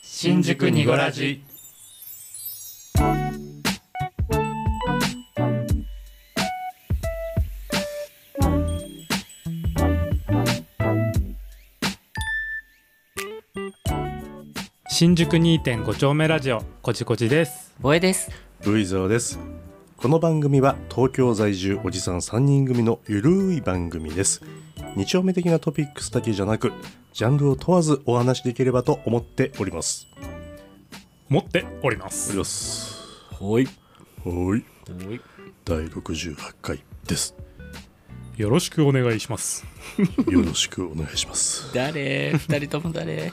新宿にごらじ新宿2.5丁目ラジオこちこちですボエです。 V ゾーですこの番組は東京在住おじさん3人組のゆるい番組です二丁目的なトピックスだけじゃなくジャンルを問わずお話しできればと思っております持っておりますますはい。はい第68回 ですよろしくお願いしますよろしくお願いします誰？二人とも誰？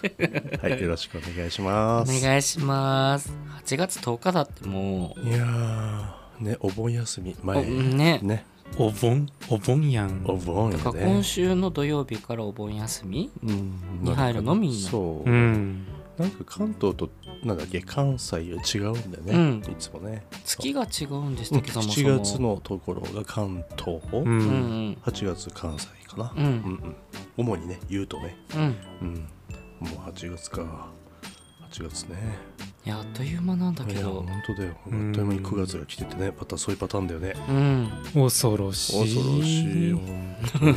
はいよろしくお願いしまおす願いします。8月10日だってもいやーねお盆休みう、お前ね。ねお盆お盆やんお盆だやからね今週の土曜日からお盆休み？うんに入るのみんなそう、うんなんか関東となんだっけ関西は違うんだよね、うんいつもね月が違うんでしうんたけどもそも7月。のところが関東、ううんん8月関西かな、うんうんうん主にね言うとね、うんうん。うん、もう8月か8月ねいやあっという間なんだけいやど本。当だようあっといんう間に9月が来ててねまたそういうパターンだよねうん。恐ろしい恐ろしい本当に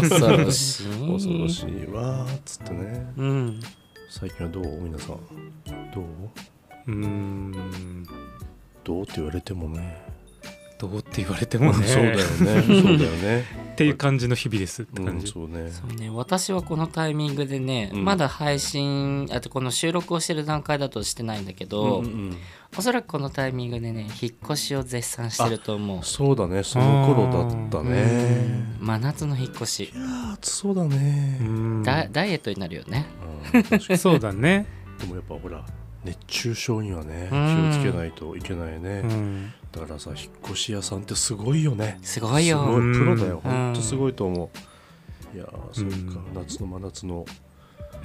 恐ろしい。恐ろしいわーっつってねうん。最近はどう皆さんどううーんどうって言われてもねどうって言われても ねそうだよねそうだよねっていう感じの日々ですってう感んじ、そうねそうね、私はこのタイミングでね、うんまだ配信あとこの収録をしてる段階だとしてないんだけど、うんうんうんおそらくこのタイミングでね引っ越しを絶賛してると思うそうだねその頃だったね真夏の引っ越し暑そうだね、うんダダイエットになるよねうん確かにそうだね、でもやっぱほら熱中症にはね気うんをつけないといけないね、うん、だからさ引っ越し屋さんってすごいよねすごいすよごいプロだよ、うんほんとすごいと思ういやーそうか、うん夏の真夏の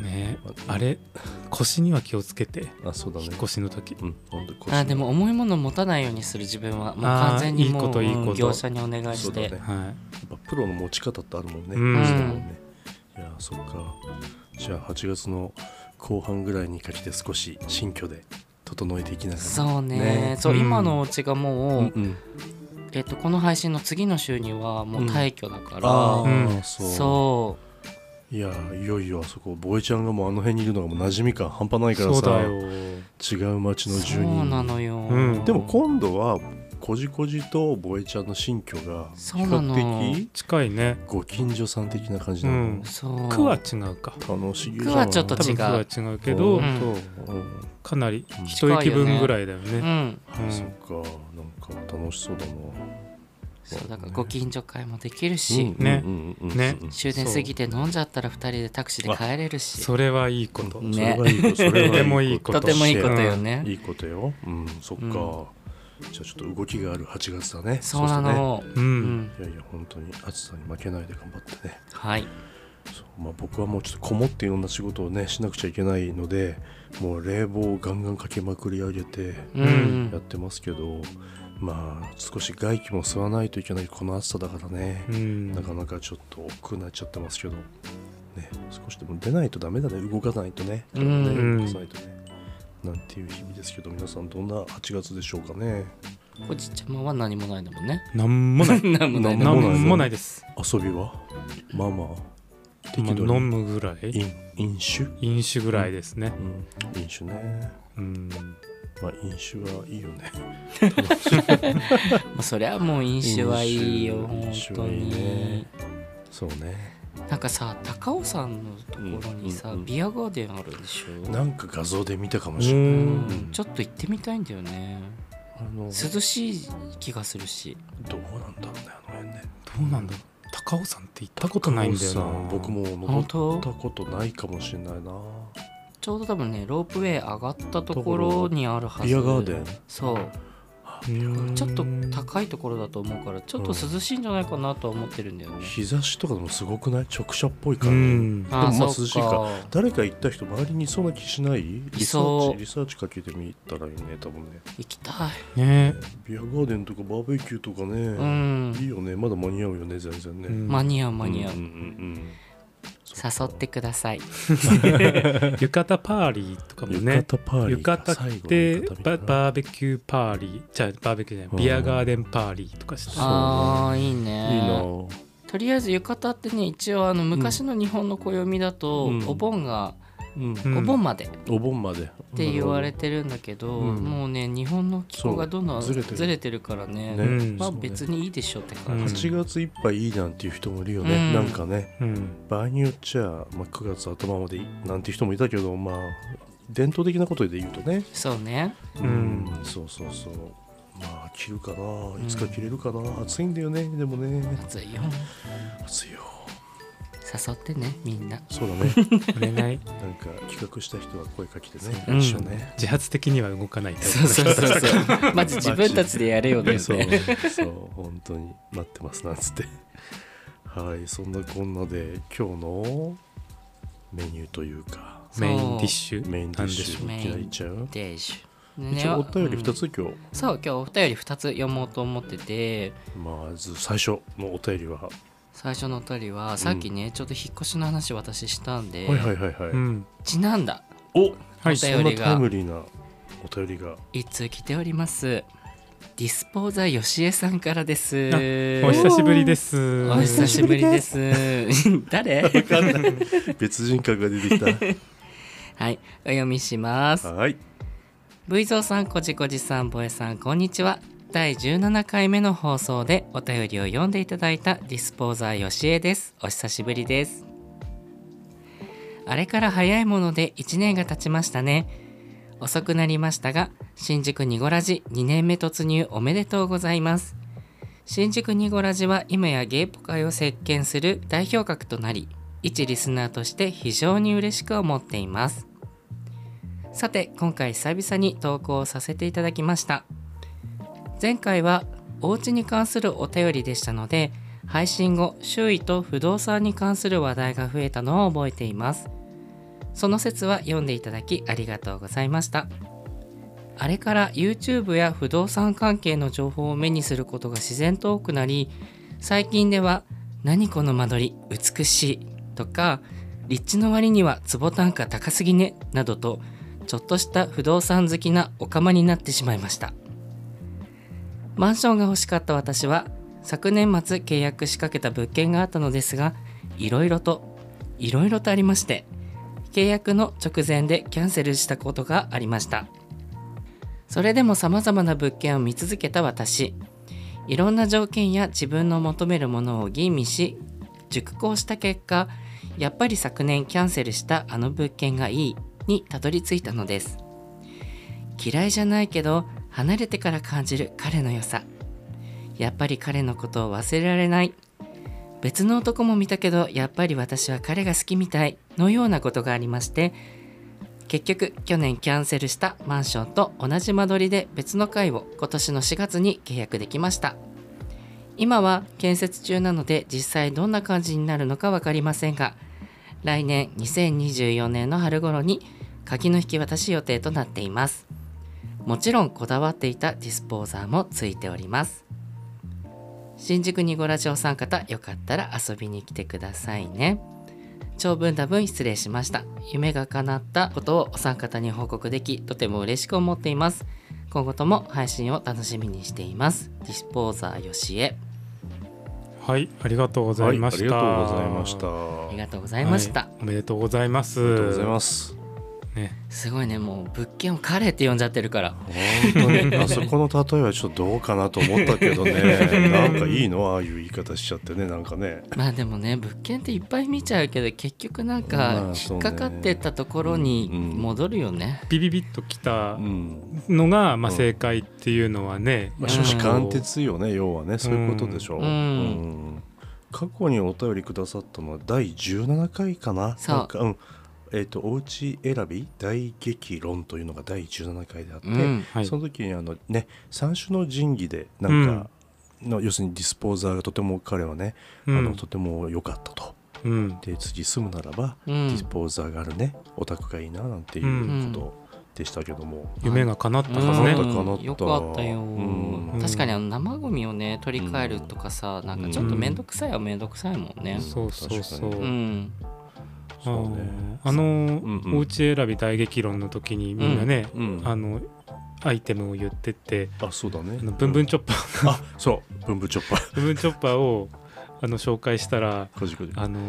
ねあれ腰には気をつけてあそうだね引っ越しの時うんほんと腰あでも重いもの持たないようにする自分はもうあー完全にもういいこといいことうん業者にお願いそしうだて、ねやはっぱプロの持ち方ってあるもんね、うん持ち方もねいやーそっかじゃあ8月の後半ぐらいにかけて少し新居で整えていきながらそうねねそう、うん今のお家がもう、うんうんえっと、この配信の次の週にはもう退去だから、あーうんそうそいやーいよいよあそこボエちゃんがもうあの辺にいるのがもう馴染み感半端ないいからそうださよ違う町うのそ住うな人のよ、うんでも今度はこじこじとボエちゃんの新居が比そうなの較的近いねご近所さん的な感じうなの、んそう区は違うか楽しいじゃん区はちょっと多分区は違うけど、うんうんうんかなりうん一息分ぐらいだようねんあうんそっかなんか楽しそうだなそうだからご近所会もできるし、うんねうんうんうんねうん終電過ぎて飲んじゃったら2人でタクシーで帰れるしそれはいいこと、ねそれはいいことそれはいいこととてもいいこととてもいいことよね、いいことようんそっか、うんじゃあちょっと動きがある8月だねそうなするとねの、ううんん、いやいや本当に暑さに負けないで頑張ってねはいそう、まあ、僕はもうちょっとこもっていろんな仕事をねしなくちゃいけないのでもう冷房をガンガンかけまくり上げてうん、やってますけど、まあ少し外気も吸わないといけないこの暑さだからねう、んなかなかちょっと億劫になっちゃってますけど、ね、少しでも出ないとダメだね動かないとね,、うんね動かさないとねなんていう日々ですけど皆さんどんな8月でしょうかねおじちゃまは何もないんだもんねなんもない 何もないなねなんもないです遊びはママ適まあ度飲にむぐらい飲飲酒、飲酒ぐらいですねうん、飲酒ねうんまあ飲酒はいいよね。もうそりゃもう飲酒はいいよ飲本酒当に、飲酒はいいねそうね。なんかさ高尾山のところにさ、うんうんうんビアガーデンあるでしょなんか画像で見たかもうしれない。うんんちょっと行ってみたいんだよねあの涼しい気がするしどうなんだろうねあの辺ね。どうなんだろう高尾山って行ったことないんだよな高尾山僕も登本っ当たことないかもしれないな。ちょうど多分ねロープウェイ上がったところにあるはずビアガーデン。そううんちょっと高いところだと思うからちょっと涼しいんじゃないかなとは思ってるんだよね、日差しとかでもすごくない直射っぽいう感じ。んああでもまあそ涼うしいか誰か行った人周りにいそうな気しないリサーそうチリサーチかけてみたらいいね多分ね行きたいねビアガーデンとかバーベキューとかね、うんいいよねまだ間に合うよね全然ね、うん間に合う間に合う、うんうんうんうん、誘ってください浴衣パーリーとかもね浴衣パーリー浴か衣最っ後のて浴衣みたバいなバーベキューパーリーじゃあバーベキューじゃないビアガーデンパーリーとかしてそうああいいねいいなとりあえず浴衣ってね一応あの昔の日本の暦だと、うんお盆が、うんうんお盆までっお盆までって言われてるんだけど、うんもうね日本の気候がどんどんそうずずれれててるるからねねうんまあそうね別にいいでしょって感じ、 8月いっぱいいいなんていう人もいるよね、うんなんかねうん場合によっちゃ、まあ、9月頭までいいなんていう人もいたけどまあ伝統的なことで言うとねそうねうんそうそうそうまあ着るかないつか着れるかな、暑いんだよねでもね暑いよ暑いよ誘ってねみんなそうだねお願いなんか企画した人は声かけてねうん一緒ね、自発的には動かないタイプそうそうそうそうまず自分たちでやれよだよそうねそう本当に待ってますなんつってはいそんなこんなで今日のメニューというかメインディッシュメインディッなんでしょシうュいきなりいっちゃうデージ一応お便ねり2つ今日、そう今日お便り2つ読もうと思っててまず最初のお便りは、最初のお便りはさっきね、ちょっと引っ越しの話私したんで、はいはいはいはい、うんちなんだおはいおそん便なりタイがムリーなお便りが一通来ておりますディスポーザーよしえさんからですあお久しぶりですお久しぶりです 誰別人格が出てきはいお読みしますたはい V ゾウさんこじこじさんぼえさんこんにちは第17回目の放送でお便りを読んでいただいたディスポーザーよしえですお久しぶりですあれから早いもので1年が経ちましたね遅くなりましたが新宿ニゴラジ2年目突入おめでとうございます新宿ニゴラジは今やゲイポ界を席巻する代表格となり一リスナーとして非常に嬉しく思っていますさて今回久々に投稿させていただきました前回はお家に関するお便りでしたので配信後周囲と不動産に関する話題が増えたのを覚えていますその説は読んでいただきありがとうございましたあれから YouTube や不動産関係の情報を目にすることが自然と多くなり最近では「何この間取り美しい」とか「立地の割には坪単価高すぎね」などとちょっとした不動産好きなオカマになってしまいましたマンションが欲しかった私は昨年末契約しかけた物件があったのですがいろいろといろいろとありまして契約の直前でキャンセルしたことがありましたそれでも様々な物件を見続けた私いろんな条件や自分の求めるものを吟味し熟考した結果やっぱり昨年キャンセルしたあの物件がいいにたどり着いたのです嫌いじゃないけど離れてから感じる彼の良さやっぱり彼のことを忘れられない別の男も見たけどやっぱり私は彼が好きみたいのようなことがありまして結局去年キャンセルしたマンションと同じ間取りで別の階を今年の4月に契約できました今は建設中なので実際どんな感じになるのか分かりませんが来年2024年の春頃に鍵の引き渡し予定となっていますもちろんこだわっていたディスポーザーもついております新宿にご来場さん方よかったら遊びに来てくださいね長文多分失礼しました夢が叶ったことをお三方に報告できとても嬉しく思っています今後とも配信を楽しみにしていますディスポーザーよしえはいありがとうござはいいあましりた、がとうございましたあありりががとうございました、はいおめでとうございますありとうございますねすごいねもう物件を彼って呼んじゃってるから本当にあそこの例えはちょっとどうかなと思ったけ どねなんかいいのああいう言い方しちゃってねなんかねまあでもね物件っていっぱい見ちゃうけど結局なんまかあそう引っかねかってたところにうん戻るよね。ビビビッときたうんのが、まあ、うん正解っていうのはね、まあ初子貫徹よね要はねそういうことでしうょんん過去にお便りくださったのは第17回かなそうなんかうんえっとおうち選び大激論というのが第17回であってうんはい、その時にあのね三種の神器でなんか、の要するにディスポーザーがとても彼はね、うんあのとても良かったとうんで次住むならば、うデんィスポーザーがあるねお宅がいいななんていうことでしたけども、夢が叶ったなはずかね、ったかなったよかったよ、うん確かにあの生ゴミをね取り替えるとかさなんかちょっと面倒くさいは面倒くさいもんねそうそうそう、ううん、そうねあの、うんうんおうち選び大激論の時にみんなね、うんあのアイテムを言ってってあそうだねあのブンブンチチョッパー、ョッパーあそうブンブンチョッパーブンブンチョッパーをあの紹介したら こじこじあの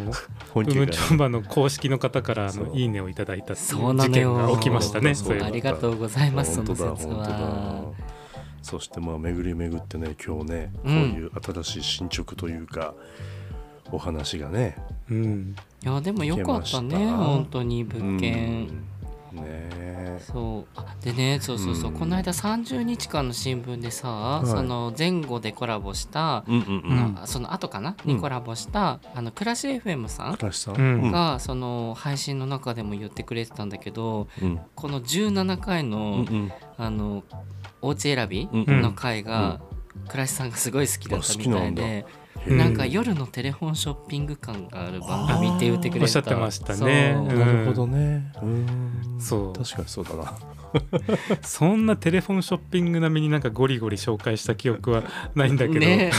本ブンブ気がンチョッパーの公式の方からあそのういいねをいただいたっていそううな事の件よが起きましたねそそういえだばありがとうございますそ本の当説だ本は当だそしてまあ巡り巡ってね今日ね、うんこういう新しい進捗というかお話がねうん、いやでもよかったいけまねした本当に物件、うんねえそうあでねそうそうそう、うんこの間30日間の新聞でさ、いその前後でコラボした、うんうんうんんあその後かな、うんにコラボしたあの暮らし FM さん倉橋さん、うんが、その配信の中でも言ってくれてたんだけどうんこの17回うの,、んうんあのおうち選びうんうんの回が、暮らしさんがすごい好きだったみたいでうなんんだか夜のテレフォンショッピング感がある番組って言ってくれたおっしゃってましたねそううんなるほどねうんそう確かにそうだなそんなテレフォンショッピング並みになんかゴリゴリ紹介した記憶はないんだけど、ねいや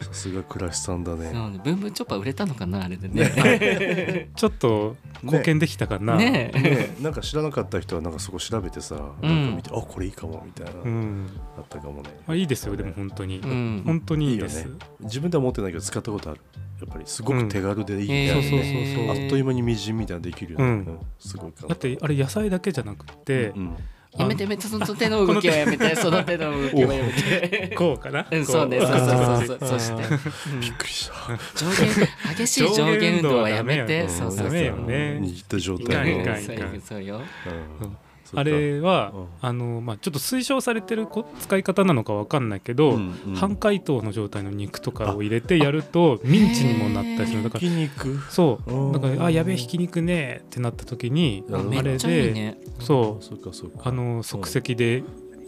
さすが倉橋さんだねそうねブンブンチョッパー売れたのかなあれでね。ちょっと貢献できたか な、ねえねなんか知らなかった人はなんかそこ調べてさ、うんなんか見てあこれいいかもみたいな、うんあったかもねまあ、いいですよでも本当に、うん本当にいいよでねす自分では持ってないけど使ったことあるやっぱりすごく手軽でいいえね、ーそうそうそうそうあっという間にみじんみたいなのできるよね、うんんすごいかなだってあれ野菜だけじゃなくて、うん、やめてやめてその手の動きはやめてその手の動きはやめて。こうかな、うんこそうねそうそうそうそうそしてあうん びっくりした上限激しい上限運動はやめえて上限運そうそ動はダメようそうダメよね握った状いかん態いかかんんいいかかんんそうようんうんそっかあれは、うんあのまあ、ちょっと推奨されてるこ使い方なのかわかんないけど、うんうん半解凍の状態の肉とかを入れてやるとミンチにもなったりするだから筋肉そうだかうんらあやべえひき肉ねってなった時にああめれっちゃいいでねそうそうかそうかあの即席で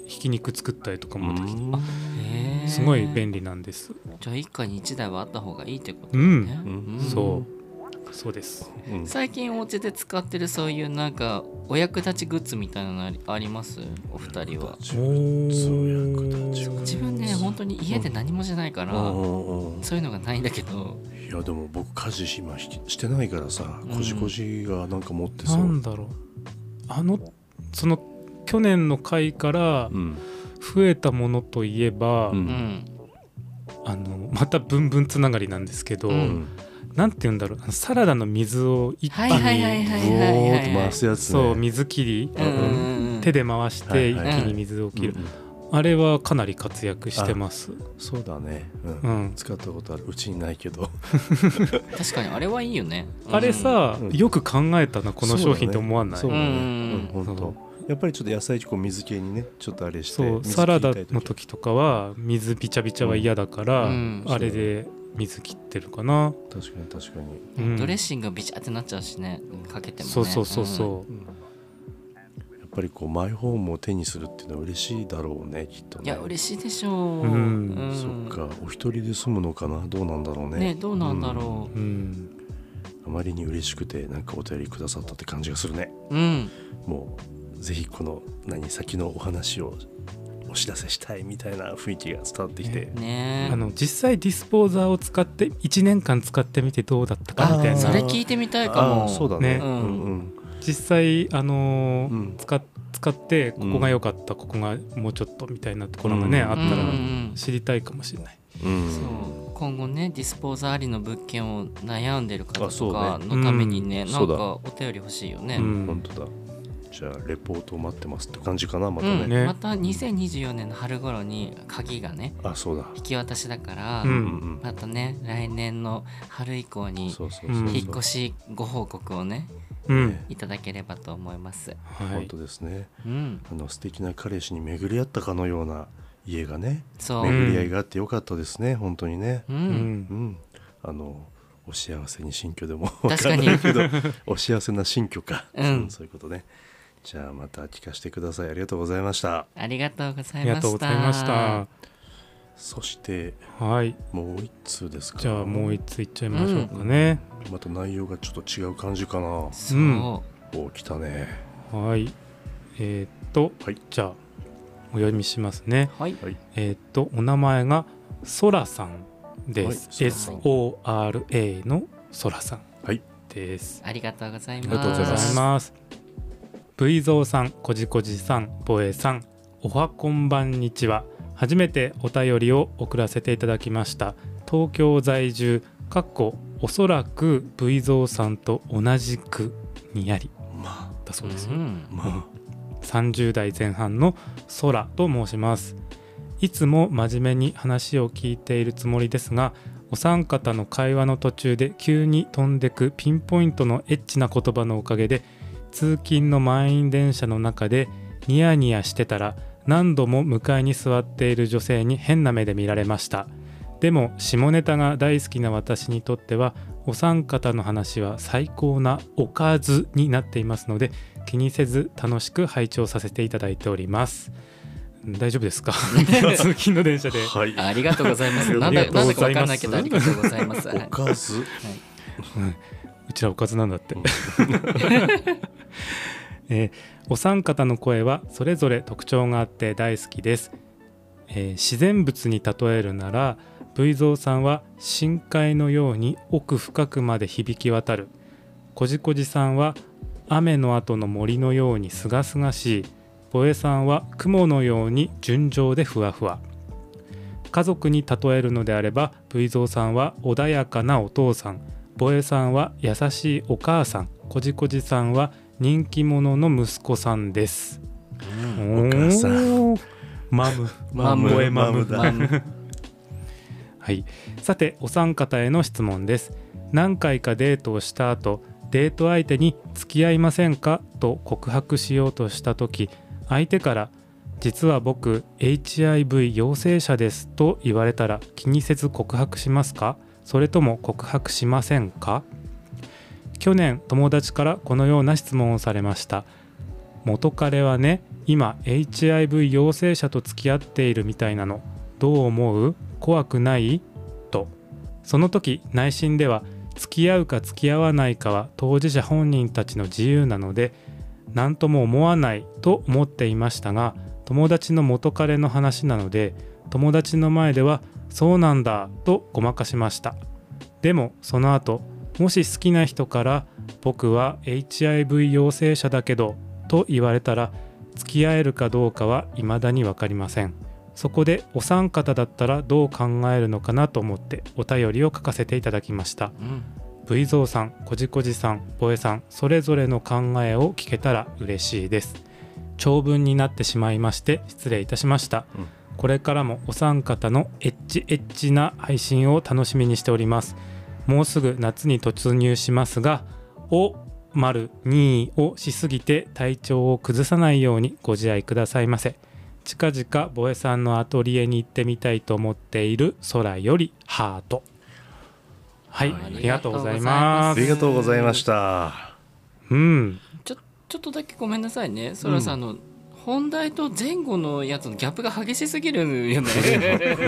ひき肉作ったりとかもできてうんへえすごい便利なんですじゃあ一家に一台はあった方がいいってことうだねんうんそうそうですうん最近お家で使ってるそういうなんかお役立ちグッズみたいなのありありますお二人は自分の役立ち自分ね本当に家で何もじゃないからうんうんうんそういうのがないんだけどいやでも僕家事今ししてないからさうんこじこじがなんか持ってそなう、んだろうあのその去年の回からうん増えたものといえば、うんうんあのまたブンブンつながりなんですけど、ううんん、なんて言うんだろうあのサラダの水を一気はいはいはいはにブいオはいーはっいてはい回すやつねそう水切りうんうんうん手で回しはいて一気はいに水を切るうんあれはかなり活躍してますそうだね、うんうん使ったことあるうちにないけど確かにあれはいいよねあれさうんよく考えたなこの商品って思わないそうだね、ううんん、本そう当やっぱりちょっと野菜こう水系にねちょっとあれしてそう水サラダ切りたいの時とかは水びちゃびちゃは嫌だから、うんあれで水切ってるかな、確かに確かに、うんドレッシングがビチャってなっちゃうしねかけてもねそうそうそうそう、やっぱりこうマイホームを手にするっていうのは嬉しいだろうねきっとうねんいや嬉しいでしょうううんんそっかお一人で住むのかなどうなんだろうねねどうなんだろうん、あまりに嬉しくてなんかお便りくださったって感じがするねううんもうぜひこの何先のお話をお知らせしたいみたいな雰囲気が伝わってきて、ねあの実際ディスポーザーを使って1年間使ってみてどうだったかみたいあーそれな聞いてみたいかあもあそうだねねうんうん実際あのーうん使っ使ってここが良かった、ここがもうちょっとみたいなところがね、うんあっうんうたらん知りたいかもしれない、うんそう今後ねディスポーザーありの物件を悩んでる方あとそうかねのためにね、うんなそんうだかお便り欲しいよね、ううんん本当だじゃあレポートを待ってますって感じかなまたうね、んねまた2024年の春頃に鍵がねあそうだ引き渡しだから、うんうんまたね来年の春以降にそうそうそうそう引っ越しご報告をねうんいただければと思います。は本い当ですねうん、あの素敵な彼氏に巡り合ったかのような家がねそう、うん巡り合いがあってよかったですね本当にねうんうんあのお幸せに新居でもわ確かにんないけどお幸せな新居か、うんそういうことねじゃあまた聞かせてくださいありがとうございましたありがとうござあいました。りがとうございましたそしてはいもう一通ですかじゃあもう一ついっちゃいましょうかね、また内容がちょっと違う感じかなおそう、うん来たねはい。えーっと、はいじゃあお読みしますね。はい、はいえーっとお名前がソラさんです。はい S O R A のソラさん。はいです。ありがとうございあますりがとうございまありがとうございすます。V ゾウさん、こじこじさん、ぼえさん、おはこんばんにちは。初めてお便りを送らせていただきました。東京在住、かっこおそらく V ゾウさんと同じくにやりまだそうです。んあ、ま30代前半のソラと申しますいつも真面目に話を聞いているつもりですがお三方の会話の途中で急に飛んでくピンポイントのエッチな言葉のおかげで通勤の満員電車の中でニヤニヤしてたら何度も向かいに座っている女性に変な目で見られましたでも下ネタが大好きな私にとってはお三方の話は最高なおかずになっていますので気にせず楽しく拝聴させていただいておりますん大丈夫ですか通勤の電車であ、はい。ありがとうござい ます。なんだありながんとうだごかざわいかますんないけどありがとうございます。 はいおかず。うちらおかずなんだって、 えーお三方の声はそれぞれ特徴があって大好きです、えー自然物に例えるなら V 蔵さんは深海のように奥深くまで響き渡るこじこじさんは雨の後の森のようにすがすがしいぼえさんは雲のように純情でふわふわ家族に例えるのであれば V 蔵さんは穏やかなお父さんボエさんは優しいお母さんこじこじさんは人気者の息子さんです、お母さんおーマムマムボエマムまあはい、さてお三方への質問です何回かデートをした後デート相手に「付き合いませんか?」と告白しようとした時相手から「実は僕 HIV 陽性者です」と言われたら気にせず告白しますかそれとも告白しませんか去年友達からこのような質問をされました元彼はね今 HIV 陽性者と付き合っているみたいなのどう思う怖くないとその時内心では付き合うか付き合わないかは当事者本人たちの自由なので何とも思わないと思っていましたが友達の元彼の話なので友達の前ではそうなんだとごまかしましたでもその後もし好きな人から僕は HIV 陽性者だけどと言われたら付き合えるかどうかは未だに分かりませんそこでお三方だったらどう考えるのかなと思ってお便りを書かせていただきましたうん、 V ゾウさん、こじこじさん、ぼえさん、それぞれの考えを聞けたら嬉しいです。長文になってしまいまして失礼いたしました。うんこれからもお三方のエッチエッチな配信を楽しみにしております。もうすぐ夏に突入しますが、お、丸、にをしすぎて体調を崩さないようにご自愛くださいませ。近々ぼえさんのアトリエに行ってみたいと思っている空よりハート。はい、はいありがとうございまあすり。がとうございました。うん、ちょちょっとだけごめんなさいね。そらさんの、本題と前後のやつのギャップが激しすぎるよね。振れ幅が。振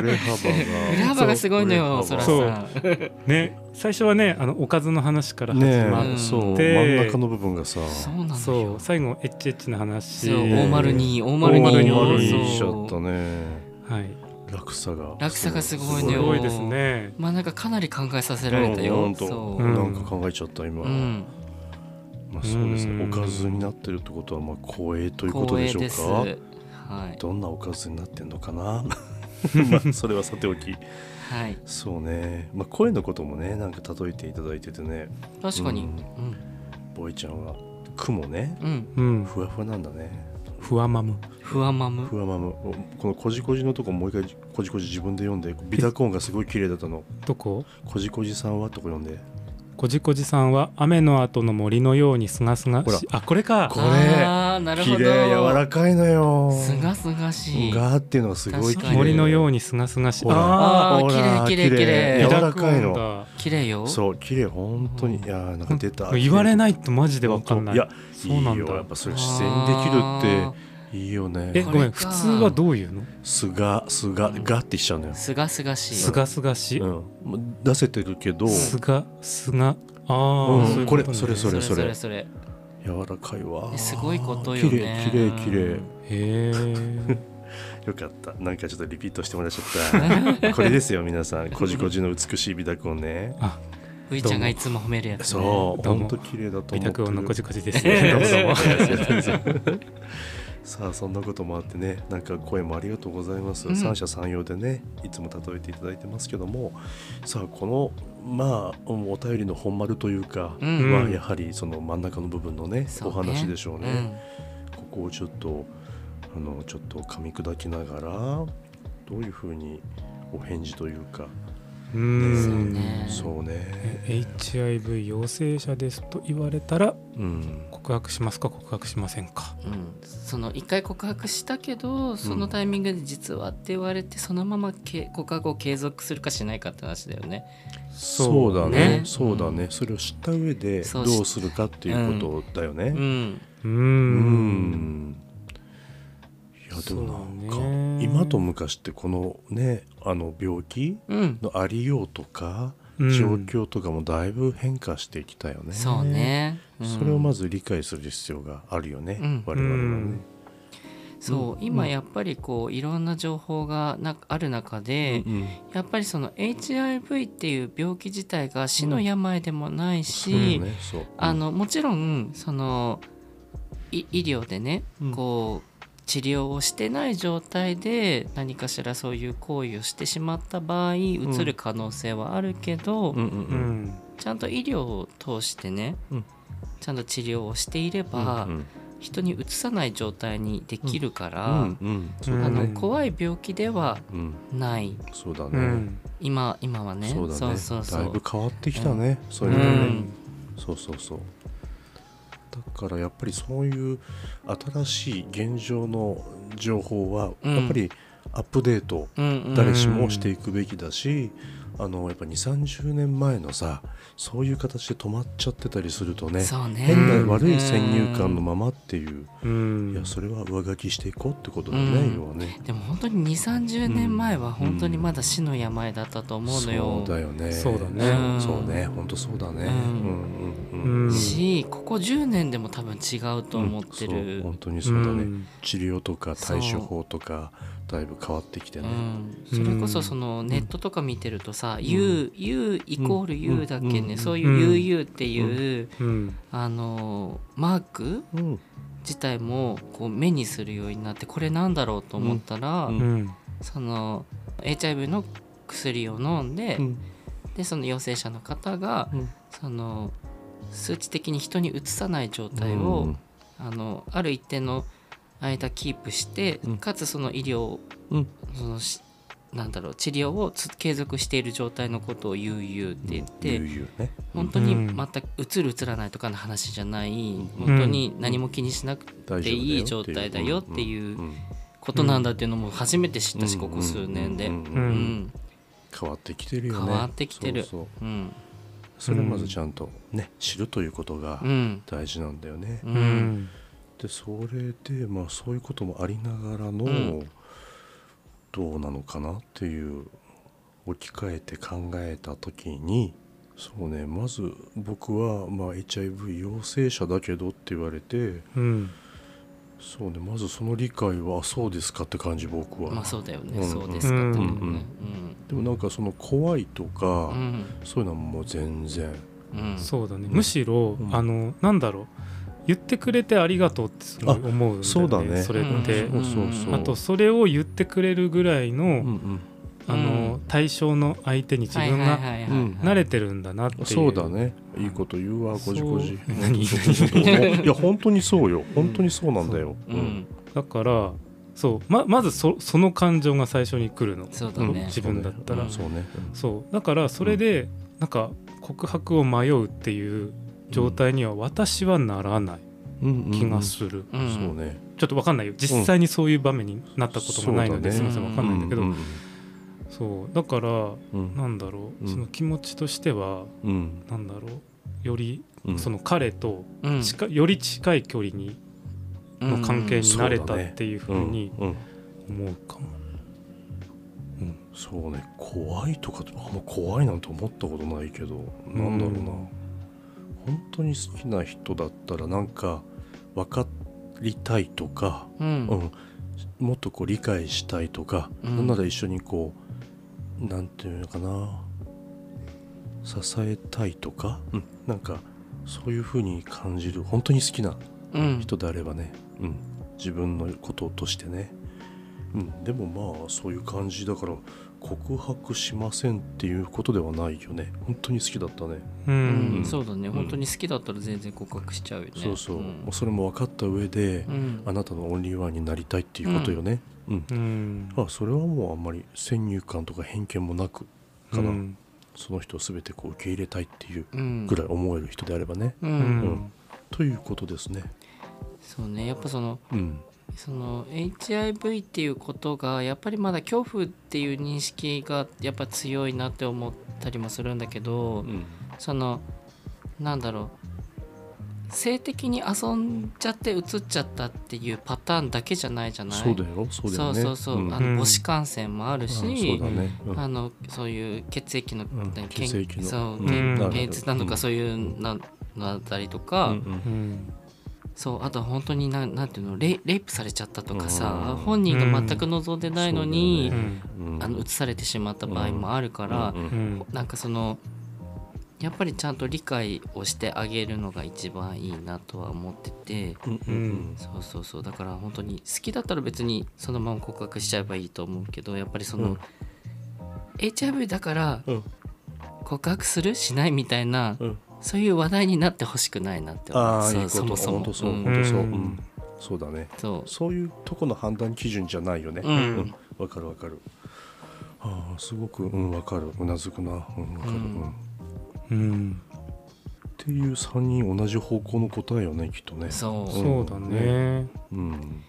れ幅がすごいのよ、そそうらさ。そうんね、最初はね、あのおかずの話から始ねまっうんえ、そう、で真ん中の部分がさ。そうなのそうよ。最後エッチエッチな話、そう、大丸に、大丸丸にに、大丸に丸悪いにしちゃっそたうね。はい、落差が。落差がすごいすのよごいですね。まあなんかかなり考えさせられたうよ。んほんそとう。なんか考えちゃった今、うん、まあ、そうですねうんおかずになってるってことはまあ光栄ということ光で栄しょうです。かはい。どんなおかずになってんのかな まあそれはさておきはい。そうね、まあ、声のこともねなんか例えていただいててね確かに。ボイちゃんは雲ねうん。うん。うん、ふわふわなんだねふわまむ。ふわまむ。ふわまむおこのこじこじのとこもう一回こじこじ自分で読んでビタコーンがすごい綺麗だったのどこ？こじこじさんはとこ読んでこじこじさんは雨の後の森のようにすがすがし。あ、これか。これああ、なるほ綺ど。麗柔らかいのよすがすがしい。がっていうのがすご確い綺か麗に森のようににすがすがし。ほらあーほら綺麗綺麗綺麗リ柔ラらかいクのオン綺麗よ。そう綺麗本当にいやーなんか出ただ。言われいないとマジでわかんない。いやそうないいんよやだっ。ぱそれ自然できるっていいよえ、ねこごめれん、か普通はどういうの？すがすががってしちゃうのよすがすがしい。すがすがしう。んま出せてるけどすがすが。ああ、うんそういうとねこれそれそれそれ。柔らかいわえすごいことよね綺麗綺麗綺麗へ え。よかったなんかちょっと リピートしてもらっちゃったこれですよ皆さんこじこじの美しい美濁音ねあ、ういちゃんがいつも褒めるやつ、ね、そうどうも本当綺麗だと委思って託る音のこじこじです。ど どううももどどううもも。 さあそんなこともあってねなんか声もありがとうございます、うん三者三様でねいつも例えていただいてますけどもさあこのまあお便りの本丸というか、うんはやはりその真ん中の部分のねそうおね話でしょううね、ん、ここをちょっとあのちょっと噛み砕きながらどういうふうにお返事というか、うそうーんね。そうね、 HIV 陽性者ですと言われたらうん、告白しますか告白しませんか。うん、その一回告白したけどそのタイミングで実はって言われてそのままけ告白を継続するかしないかって話だよね。そうだねねそうだね、それを知った上でそどう知っうするかっていうことだよね、うん、うー。うんんいやでもなんか、そうね今と昔ってこのねあの病気うん、のありようとかうん状況とかもだいぶ変化してきたよね、そうね。うんそれをまず理解する必要があるよね、うん我々はね、そう今やっぱりこういろんな情報がなある中で、うんやっぱりその HIV っていう病気自体が死の病でもないそうし、ねそうあのもちろんそのい医療でね、こう治療をしてない状態で何かしらそういう行為をしてしまった場合うつる可能性はあるけど、うんうんううんん。ちゃんと医療を通してね、うんちゃんと治療をしていれば、うん人にうつさない状態にできるから、うんうんそうだあうのん怖い病気ではうんないそうだうねん。今今はねそうだねそうそだいうぶ変わってきたねそうういうのねんそうそうそうだからやっぱりそういう新しい現状の情報はうんやっぱりアップデートうんうん誰しもしていくべきだし、あのやっぱ2 3 0年前のさそういう形で止まっちゃってたりするとねそうね変うんな悪い先入観のままっていう、うんいやそれは上書きしていこうってことだね、うん要はねでも本当に2 3 0年前は本当にまだ死の病だったと思うのよ。そうだよねそうだねそうそうね本当そうだねううんんうんううんんしここ10年でも多分違うと思ってうんそうる本。当にそうだね、うん治療とか対処法とかだいぶ変わってきてうね、ん、それこそそのネットとか見てるとさ「U」「U」イコール「U」だっけね、うんそういう「UU」っていう、うん。あのマークうん自体もこう目にするようになってこれなんだろうと思ったら、うんうん。その HIV の薬を飲んで、うんでその陽性者の方が、うんその数値的に人にうつさない状態を、あのある一定の間キープして、うんかつその医療、うんそのしなんだろう治療をつ継続している状態のことを悠々って言って、悠々ね本当にう全んくうつるうつらないとかの話じゃない、うん本当に何も気にしなく大て丈夫だよいい状態だよっていううんうんことなんだっていうのも初めて知ったし、うんここ数年で。ううんんうんうんう変わってきてるよね変わってきてるそうそううんそれをまずちゃんとね知るということがうん大事なんだよね、ううんん。でそれでまあそういうこともありながらの、うんどうなのかなっていう置き換えて考えた時にそうねまず僕は、まあ、HIV 陽性者だけどって言われてうん。そうねまずその理解はあそうですかって感じ僕は、まあそうだよね、うんそうですかって思うねでもなんかその怖いとか、うんうんそういうのはもう全然うんそうだね。むしろう、んあの、なんだろう。言ってくれてありがとうってすごい思うんだよね。そうだねそれって。そうそうそうあとそれを言ってくれるぐらいの、うんうんあのうん対象の相手に自はい分がはいはいはいうん慣れてるんだなっていう。そうだねいいこと言うわこじこじそう何そうそうそう いや本当にそうよ本当にそうなんだよ、うん、だからそうままずそその感情が最初に来るの。そうだね自分だったらそうねそうだからそれで、なんか告白を迷うっていう状態には私はならない気がる、する。うんそうねちょっとわかんないよ実際にそういう場面になったこともないので、うんすみませんわかんないんだけど、うんそうだからうんなんだろう、うんその気持ちとしてはうんなんだろうより、うんその彼とうん近いより近い距離にの関係になれたっていうふうにうんうん思うかも。そうね怖いとかってあんま怖いなんて思ったことないけどなんだろうな、うん本当に好きな人だったらなんか分かりたいとか、うんうん、もっとこう理解したいとか、うんなんなら一緒にこうなんていうのかな支えたいとか、うん、なんかそういうふうに感じる本当に好きなうん人であればね、うん、自分のこととしてね、うん、でもまあそういう感じだから告白しませんっていうことではないよね本当に好きだったねううんんんそうだね本当に好きだったら全然告白しちゃうよねそうそう、んもうそれも分かった上で、うんあなたのオンリーワンになりたいっていうことよねうん、うんあそれはもうあんまり先入観とか偏見もなくかな、うんその人を全てこう受け入れたいっていううんぐらい思える人であればね、ううんんということですねそうねやっぱそのうんその HIV っていうことがやっぱりまだ恐怖っていう認識がやっぱ強いなって思ったりもするんだけど、うんそのなんだろう性的に遊んじゃって移っちゃったっていうパターンだけじゃないじゃないそうだよそうだそようねそうそう、んあうのん母子感染もあるあし、そうだね、うんあのそういう血液の、ん何血液のそう、うん検検閲なのうかんそういうなのだったりとか、ううんそうあと本当にななんていうのレイレイプされちゃったとかさ、うん本人が全く望んでないのに、ううんんうんあの移されてしまった場合もあるから、ううんんうんなんかそのやっぱりちゃんと理解をしてあげるのが一番いいなとは思っててうんうんそうそうそうだから本当に好きだったら別にそのまま告白しちゃえばいいと思うけどやっぱりその、うん HIV だからうん告白するしないみたいなうんそういう話題になってほしくないなって思うああいいそうことそもそ本も当そううん本当そう、うんうんそうだねそうそういうとこの判断基準じゃないよね。うんうんわ、かるわかる。ああ、すごく、うん、わかる。うなずくな。うん、わかる、ううんんうんっていう三人同じ方向の答えよね、きっとね。そうそうだねうん。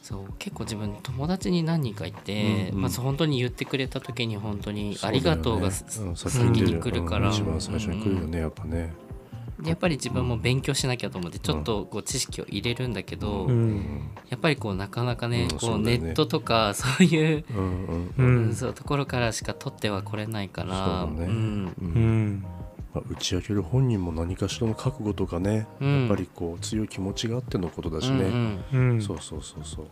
そう結構自分友達に何人かいて、うんうんまず本当に言ってくれた時に本当に「そあだよねりがとうが」ん先に来るから、うん一番最初に来るよね、やっぱね。やっぱり自分も勉強しなきゃと思ってちょっとこう知識を入れるんだけど、ううんん。やっぱりこうなかなかね,、うんこそううだネよねットとかそういう、うんうん。ううんんそうところからしか取ってはこれないからそうだねんうんうんまあ、打ち明ける本人も何かしらの覚悟とかね、うんやっぱりこう強い気持ちがあってのことだしね、うんうんそうそうそうそう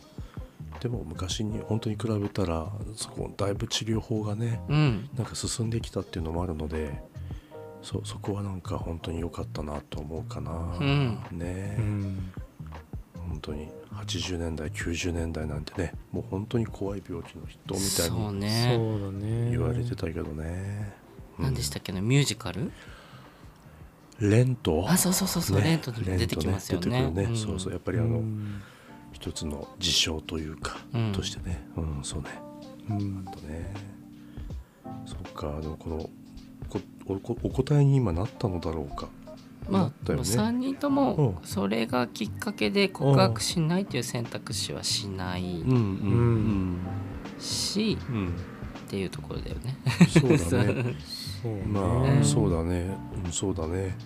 でも昔に本当に比べたらそこだいぶ治療法がねうんうんなんか進んできたっていうのもあるのでそそこはなんか本当に良かったなと思うかな、うんね、うん本当に80年代90年代なんてねもう本当に怖い病気の人みたいそうにねそうだね言われてたけどね、うん何でしたっけねミュージカルレントあそうそうそうそう、レントにも出てきますよねレント出てくるねんそうそうやっぱりあの、一つの事象というか、うんとしてねうんそうねうんとねそっかでもこのこおこお答えに今なったのだろうかなまっあ、たよね3人ともうんそれがきっかけで告白しないという選択肢はしないうんうんし、うん、うんっていうところだよね。 そうだねそうねまうあんそうだね、うん、そうだね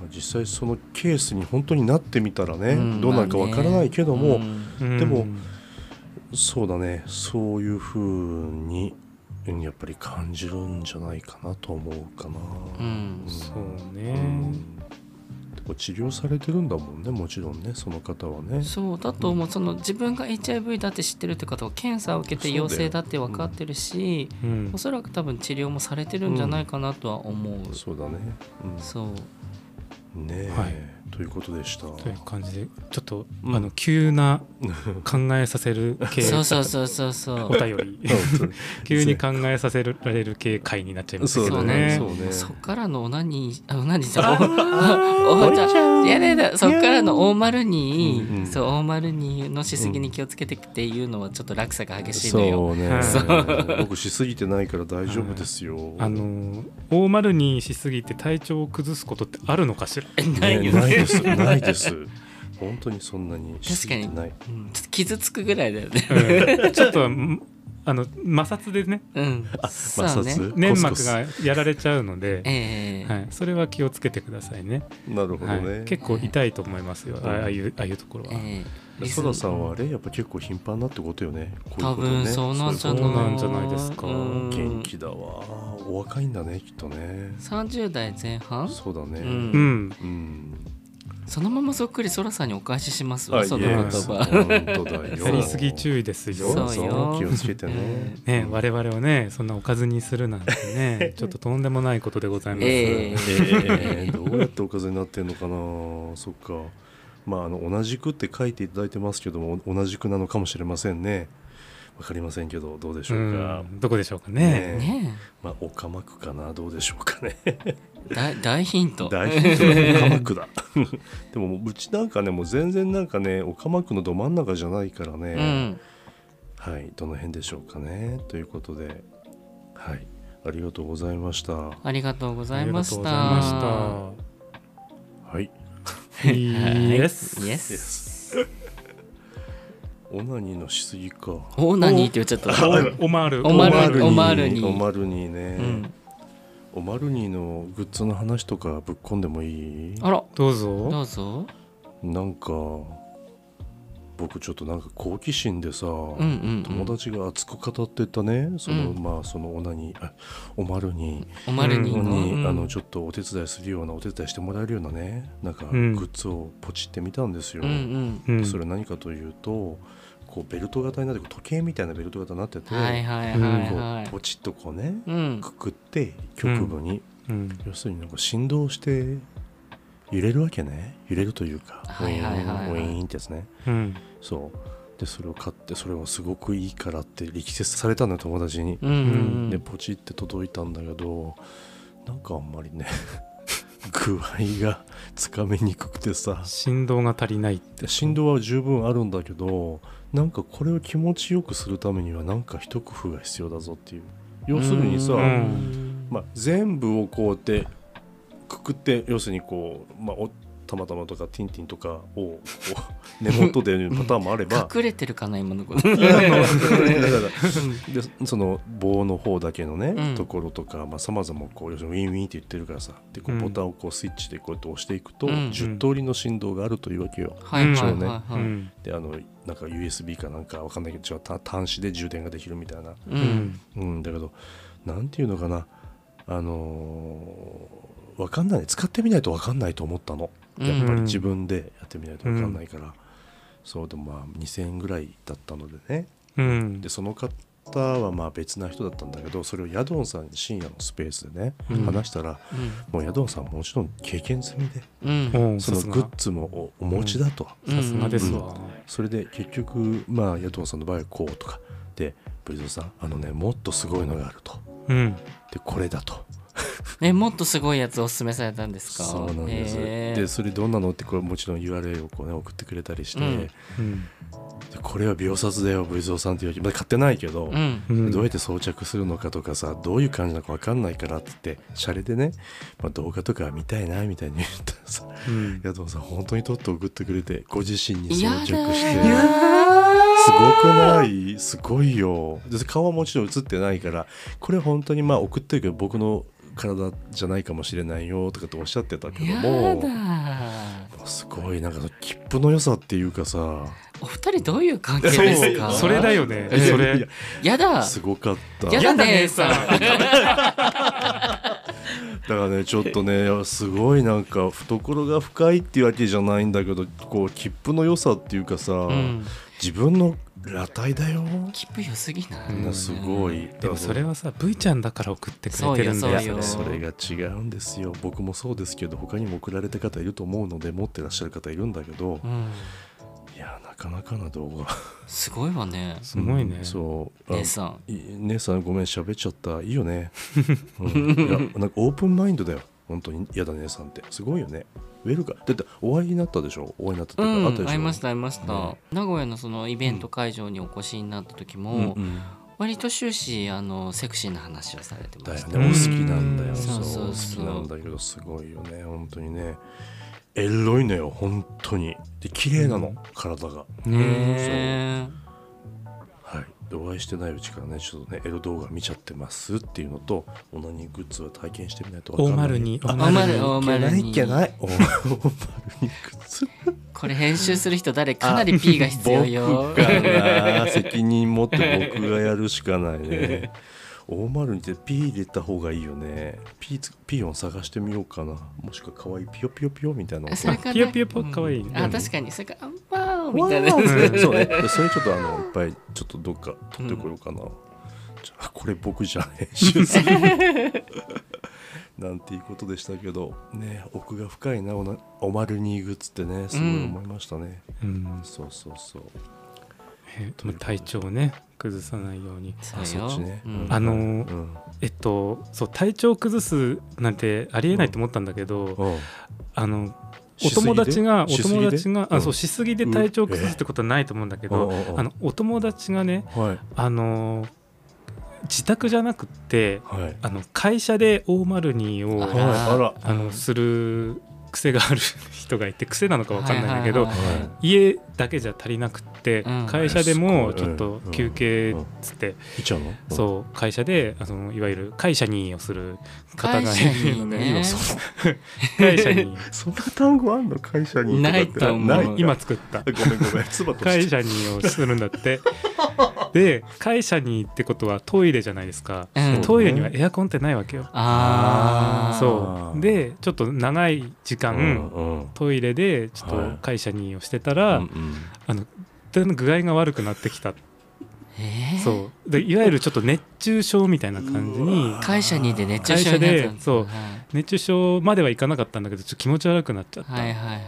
まあ実際そのケースに本当になってみたらね、うんどうなるかわからないけども、うんうんでもそうだねそういうふうにうんやっぱり感じるんじゃないかなと思うかな、うんそううねんでも治療されてるんだもんねもちろんねその方はねそうだと思うその自分が HIV だって知ってるって方は検査を受けて陽性だって分かってるし、うんおそらく多分治療もされてるんじゃないかなとは思う、そうだね、そううん、ねえ、はいということでした という感じでちょっとうんあの急な考えさせる系そうそうそうそうそ おう便り急に考えさせられる系回になっちゃいましたけそどうだねねそうそうねそっからのオナニーあオナニーじゃんおおおじゃいやだやだそっからの大丸に、うんうんそう大丸にのしすぎに気をつけてっていうのはちょっと落差が激しいのよそうはねい僕しすぎてないから大丈夫ですよあの大丸にしすぎて体調を崩すことってあるのか しらえ なねいよないねですないです本当にそんなにしすぎてないうんちょっと傷つくぐらいだよ ねうんちょっとんあの摩擦でねうんそ摩うね擦粘コ膜スがやられちゃうので、ええはい、それは気をつけてくださいねコスなるほどはね、い結構痛いと思いますよあああいうああいうところは、ええソラさんはあれやっぱ結構頻繁なってことよねこうい多うことね分そうなんじゃないそうなんじゃないですかうん元気だわお若いんだねきっとね30代前半そうだねうんうんうんそのままそっくり空さんにお返ししますあわその言葉、 Yes 本当だ よやりすぎ注意ですよ。。そうよ気をつけてねね、我々をねそんなおかずにするなんてねちょっととんでもないことでございます。えええーどうやっておかずになってんのかなそっかまああの同じくって書いていただいてますけども同じくなのかもしれませんねわかりませんけどどうでしうょうんか、どこでしょうかね。ねねまあおかまくかなどうでしょうかね え大大ヒント大ヒントはおかまくだ でももううちなんかねもう全然なんかねおかまくのど真ん中じゃないからね、うんはいどの辺でしょうかねということではいありがとうございましたはありがとうござあいりがまとうしございましたた。いイエス。イエでスすオナニーのしすぎかオーナニーって言っちゃったおオマール。オマルニーオマルニーオマルニーね、うんオマルニーのグッズの話とかぶっ込んでもいいあらどうぞ。どうぞなんか僕ちょっとなんか好奇心でさ、うんうんう友ん達が熱く語ってたねその、うんまあそのオナニーあオマルニオマルニーーのに、あのょちょっとお手伝いするようなお手伝いしてもらえるようなねなんかグうんッズをポチってみたんですよ、うんうんうんそれ何かというとこうベルト型になって時計みたいなベルト型になってて、はいはいはいはこうポチッとこうねいうんくくって局部に、うん要するになんか振動して揺れるわけね揺れるというかウはィいはいはいはいーンウィーンってやつねうんそうでそれを買ってそれはすごくいいからって力説されたのよ友達に、うんうんうでんポチって届いたんだけどなんかあんまりね 具合がつかみにくくてさ振動が足りない。で振動は十分あるんだけどなんかこれを気持ちよくするためにはなんか一工夫が必要だぞっていう要するにさ、うんまあ、全部をこうやってくくって要するにこう、まあ、おたまたまとかティンティンとかをこ う根元でパターンもあれば隠れてるかな今のことあの でその棒の方だけのね、うんところとかさまざ、まこう要するにウィンウィンって言ってるからさでこううんボタンをこうスイッチでこうやって押していくと、うん10通りの振動があるというわけよ。はいはいはいはういんであのなんか USB かなんかわかんないけど違うた端子で充電ができるみたいなううんんうん、だけどなんていうのかなあのーわかんない使ってみないとわかんないと思ったのうんやっぱり自分でやってみないとわかんないから、そうでもまあ2000円ぐらいだったのでねうんでその方はまあ別な人だったんだけどそれをヤドンさんに深夜のスペースでね、うん話したらもうヤドンさんもちろん経験済みでうんおうそさのすグッがズもおお持ちだと、うんさすがですわ。それで結局まあヤドンさんの場合はこうとかでブリゾーさんあのねもっとすごいのがあるとうんでこれだと。えもっとすごいやつおすすめされたんですかそうなんです、へえでそれどんなのってこれもちろん URL をこう、ね、送ってくれたりして、うんでうんこれは秒殺だよ V 蔵さんっていうわけまだ買ってないけど、うんうんどうやって装着するのかとかさどういう感じなのか分かんないからって言ってシャレでね、まあ、動画とか見たいなみたいに言ったらさうん矢友さん本当に撮って送ってくれてご自身にい装やだ着してーすごくないすごいよで顔はもちろん映ってないからこれ本当にまあ送ってるけど僕の体じゃないかもしれないよとかっておっしゃってたけどやもだすごいなんかその切符の良さっていうかさお二人どういう関係ですかそうそれだよねそいやれやだすごかったやだだ姉さんからねちょっとねすごいなんか懐が深いっていうわけじゃないんだけどこう切符の良さっていうかさ、うん自分の裸体だよ、切符良すぎない、うんすごいでもそれはさ V ちゃんだから送ってくれてるんそうだよいよやよそれが違うんですよ僕もそうですけど他にも送られた方いると思うので持ってらっしゃる方いるんだけど、うん、いやなかなかな動画すごいわねすごいねうんそうあ姉さんい姉さんごめん喋っちゃったいいよね、うん、いやなんかオープンマインドだよ本当に嫌だ姉さんってすごいよねウェルカだってお会いになったでしょお会いになったってういうかあんったでしょ会いました会いました、うん名古屋のそのイベント会場にお越しになった時も、うんうん割と終始あのセクシーな話をされてまだしよたねお好きなんだうよんそうそうそうそうお好きなんだけどすごいよね本当にねエロいのよ本当にで綺麗なの、体がねへーはい、でお会いしてないうちからねちょっとねエロ動画見ちゃってますっていうのとオナニーグッズは体験してみないとわかんな大い丸にあ大丸に大丸にいけないいけない大丸にグッズこれ編集する人誰かなり P が必要よ 僕かな責任持って僕がやるしかないね大丸にて P 入れた方がいいよね P, つ P 音探してみようかなもしくは可愛いピヨピヨピヨみたいな音それか、ね、ピヨピヨポ可愛いうんうあん確かにそれかあんぱーみたいなやわーうんつそうねそれちょっとあのいっぱいちょっとどっか取ってこようかな、じゃあこれ僕じゃ編集するなんていうことでしたけどね奥が深いなおなおまるにグッズってねすごい思いましたね、うんそうそうそうえまあ体調をね崩さないようにそあうそっちよね、うんあのーうんえっとそう体調を崩すなんてありえないと思ったんだけど、うんあのおしすぎで友達がおしすぎで友達がうあんそうしすぎで体調崩すってことはないと思うんだけうどんええあのお友達がねはいあのー自宅じゃなくってはいあの会社で大丸にをあはいあらあのする癖がある 人がいて癖なのかわかんないんだけど、はいはいはい家だけじゃ足りなくって、うん会社でもすちごいょっと休憩っつって、いっちゃうのうそう会社であのいわゆる会社にをする方が会い社るにのでね今そう会社にそんな単語あんの会社にないかってと思うないうん今作ったごめんごめん妻と会し社てにをするんだって で会社にってことはトイレじゃないですか、うんトイレにはエアコンってないわけよあーそあーうでちょっと長い時間、うんトイレでちょっはいと会社にをしてたら、うんあのだんだん具合が悪くなってきたえーそうでいわゆるちょっと熱中症みたいな感じに会社にで熱中症会社になでったのそはうい熱中症まではいかなかったんだけどちょっと気持ち悪くなっちゃったっはいはいはい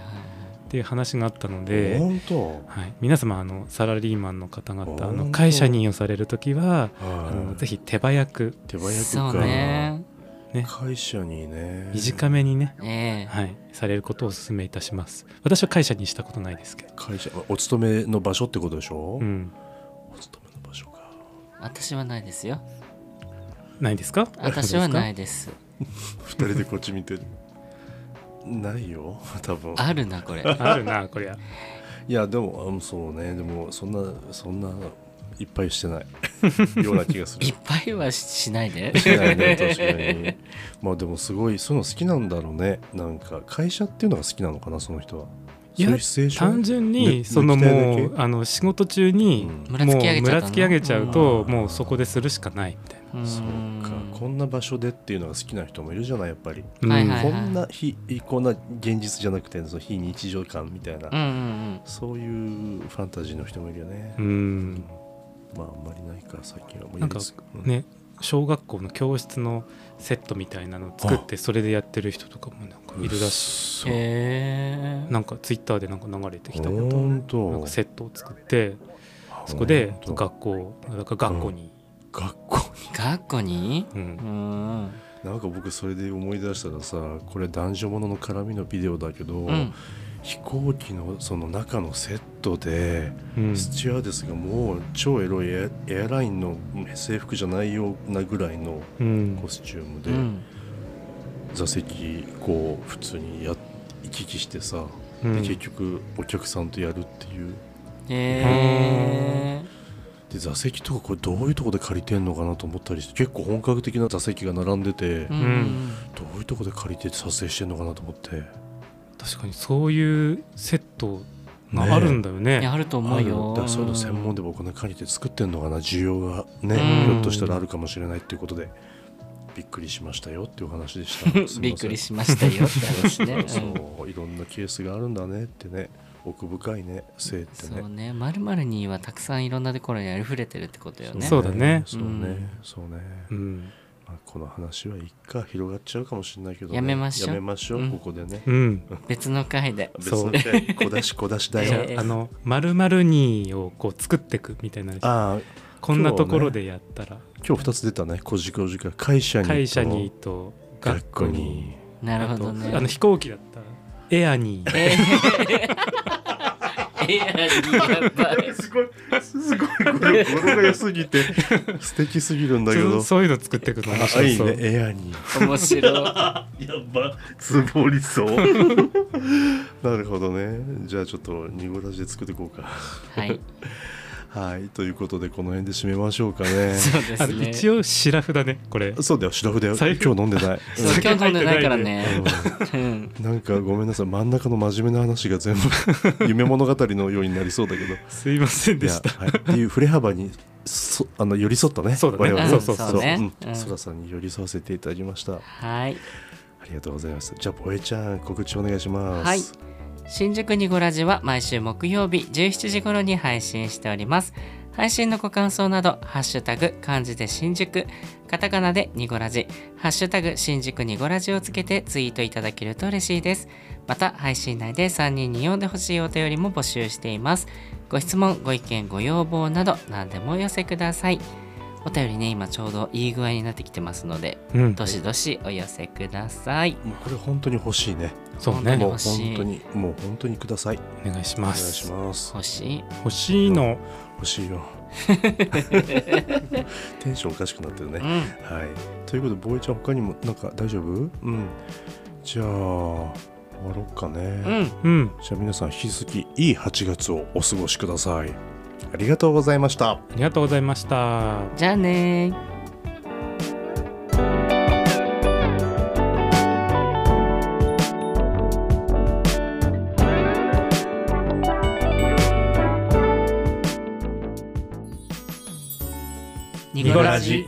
ていう話があったのうんで、本当はい、皆様あのサラリーマンの方々あ本当の会社にをされる時はあはのいぜひ手早く手はい早くそかうね会社にね短めにね、ええはい、されることをお勧めいたします私は会社にしたことないですけど、会社お勤めの場所ってことでしょ、うん、お勤めの場所か私はないですよないですか私はないいです二人でこっち見てるないよ多分あるなこれ あるなこりゃいやでもうんそうねでもそんなそんないっぱいしてない ような気がするいっぱいはししない でしないね確かにまあでもすごいそういうの好きなんだろうねなんか会社っていうのが好きなのかなその人はいやそううシチュエーション単純ねにそのも抜きうあの仕事中にうんむもらうつき上げちゃったのむらつき上げちゃうともうそこでするしかないみたいうんそうかこんな場所でっていうのが好きな人もいるじゃないやっぱり、な、はいうんはいこんな非こんな現実じゃなくてその非日常感みたいな、うんうんそういうファンタジーの人もいるよね、うんまああんまりないか最近はもうなんかやりすぎね小学校の教室のセットみたいなの作ってそれでやってる人とかもなんかうんいるらしうんへえいなんかツイッターでなんか流れてきたこと本当なんかセットを作ってあそこで本当学校だから学校に、学校学校にうんうんに なんか僕それで思い出したらさこれ男女ものの絡みのビデオだけど、うん飛行機のその中のセットでうんスチュアーデスがもう超エロいエアエアラインの制服じゃないようなぐらいのうんコスチュームうで、ん座席こう普通にや行き来してさ、うんで結局お客さんとやるっていうへえで座席とかこれどういうとこで借りてんのかなと思ったりして結構本格的な座席が並んでて、うどんういうとこで借りて撮影してんのかなと思って確かにそういうセットがあるんだよねいやあると思うよだからそういうの専門でもお金借りて作ってんのかな需要がね、うんひょっとしたらあるかもしれないっていうことでびっくりしましたよっていうお話でしたすいませ んびっくりしました よって話ねうんそういろんなケースがあるんだねってね奥深いね性ってそねうねまるまるにはたくさんいろんなところにありふれてるってことよねそうだねそうね、うんそうね。うんまあ、この話はいっか広がっちゃうかもしれないけど、ね、やめましょうやめましょう、うんここでね。うん別の回で別の回小出し小出しだじゃよ。 ええああの「まるまるに」をこう作っていくみたいなああこんなところでやったら、今日二つ出たね。こじこじか会社にと会社にと学学校校にになるほどねあとあ の飛行機だったらエアにえーエアにやっぱりすごいすごい これ語呂が良すぎて素敵すぎるんだけそど。うそういうの作っていくの面白あそういいねエアに。面白いやばつぼりそう。 なるほどね。じゃあちょっと濁らしで作っていこうか。はいはいということでこの辺で締めましょうか ねそうであすのね一応白札ねこれそうだよ白筆よ財布今日飲んでない、そう今日飲んでないからねうんうんなんかごめんなさい真ん中の真面目な話が全 部夢物語のようになりそうだけどすいませんでしたいやはい、っていう振れ幅にそあの寄り添ったねそうだね我々そうそうそうそうねうんうんそらさんに寄り添わせていただきましたあはいりがとうございますじゃあぼえちゃん告知お願いしますはい新宿ニゴラジは毎週木曜日17時頃に配信しております配信のご感想など「ハッシュタグ漢字で新宿」カタカナでニゴラジ「ハッシュタグ新宿ニゴラジ」をつけてツイートいただけると嬉しいですまた配信内で3人に読んでほしいお便りも募集していますご質問ご意見ご要望など何でもお寄せくださいお便りね今ちょうどいい具合になってきてますのでうんどしどしお寄せくださいもうこれ本当に欲しいねそうね本もおう欲しい本当にもう本当にくださいお願いし願まいすします欲しい欲しいの欲 しいよテンションおかしくなってるねうんはい、ということで、ボーイちゃん、他にもなんか大丈夫うん。じゃあ、終わろうかね。うんうんじゃあ、皆さん、引き続きいい8月をお過ごしください。ありがとうございました。ありがとうございましたじゃあねー。ニゴラジ